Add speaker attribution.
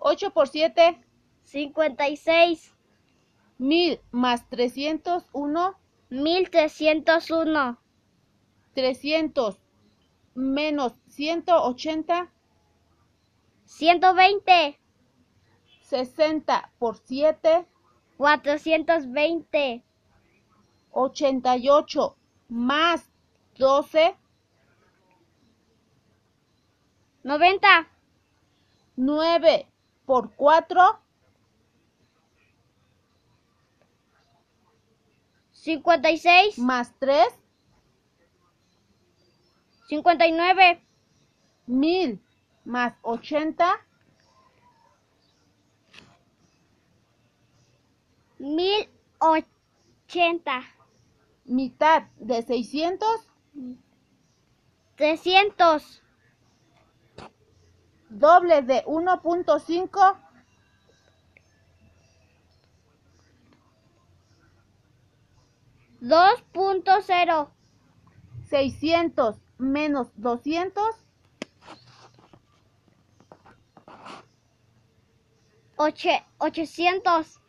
Speaker 1: 8 por 7,
Speaker 2: 56,
Speaker 1: 1000 más 301,
Speaker 2: 1301,
Speaker 1: 300 menos 180,
Speaker 2: 120,
Speaker 1: 60 por 7,
Speaker 2: 420,
Speaker 1: 88 más 12,
Speaker 2: 90,
Speaker 1: 9 por 4,
Speaker 2: 56,
Speaker 1: más 3,
Speaker 2: 59,
Speaker 1: 1000 más 80,
Speaker 2: 1080,
Speaker 1: mitad de 600,
Speaker 2: 300,
Speaker 1: doble de 1.5,
Speaker 2: 2.0,
Speaker 1: 600 menos 200,
Speaker 2: 800,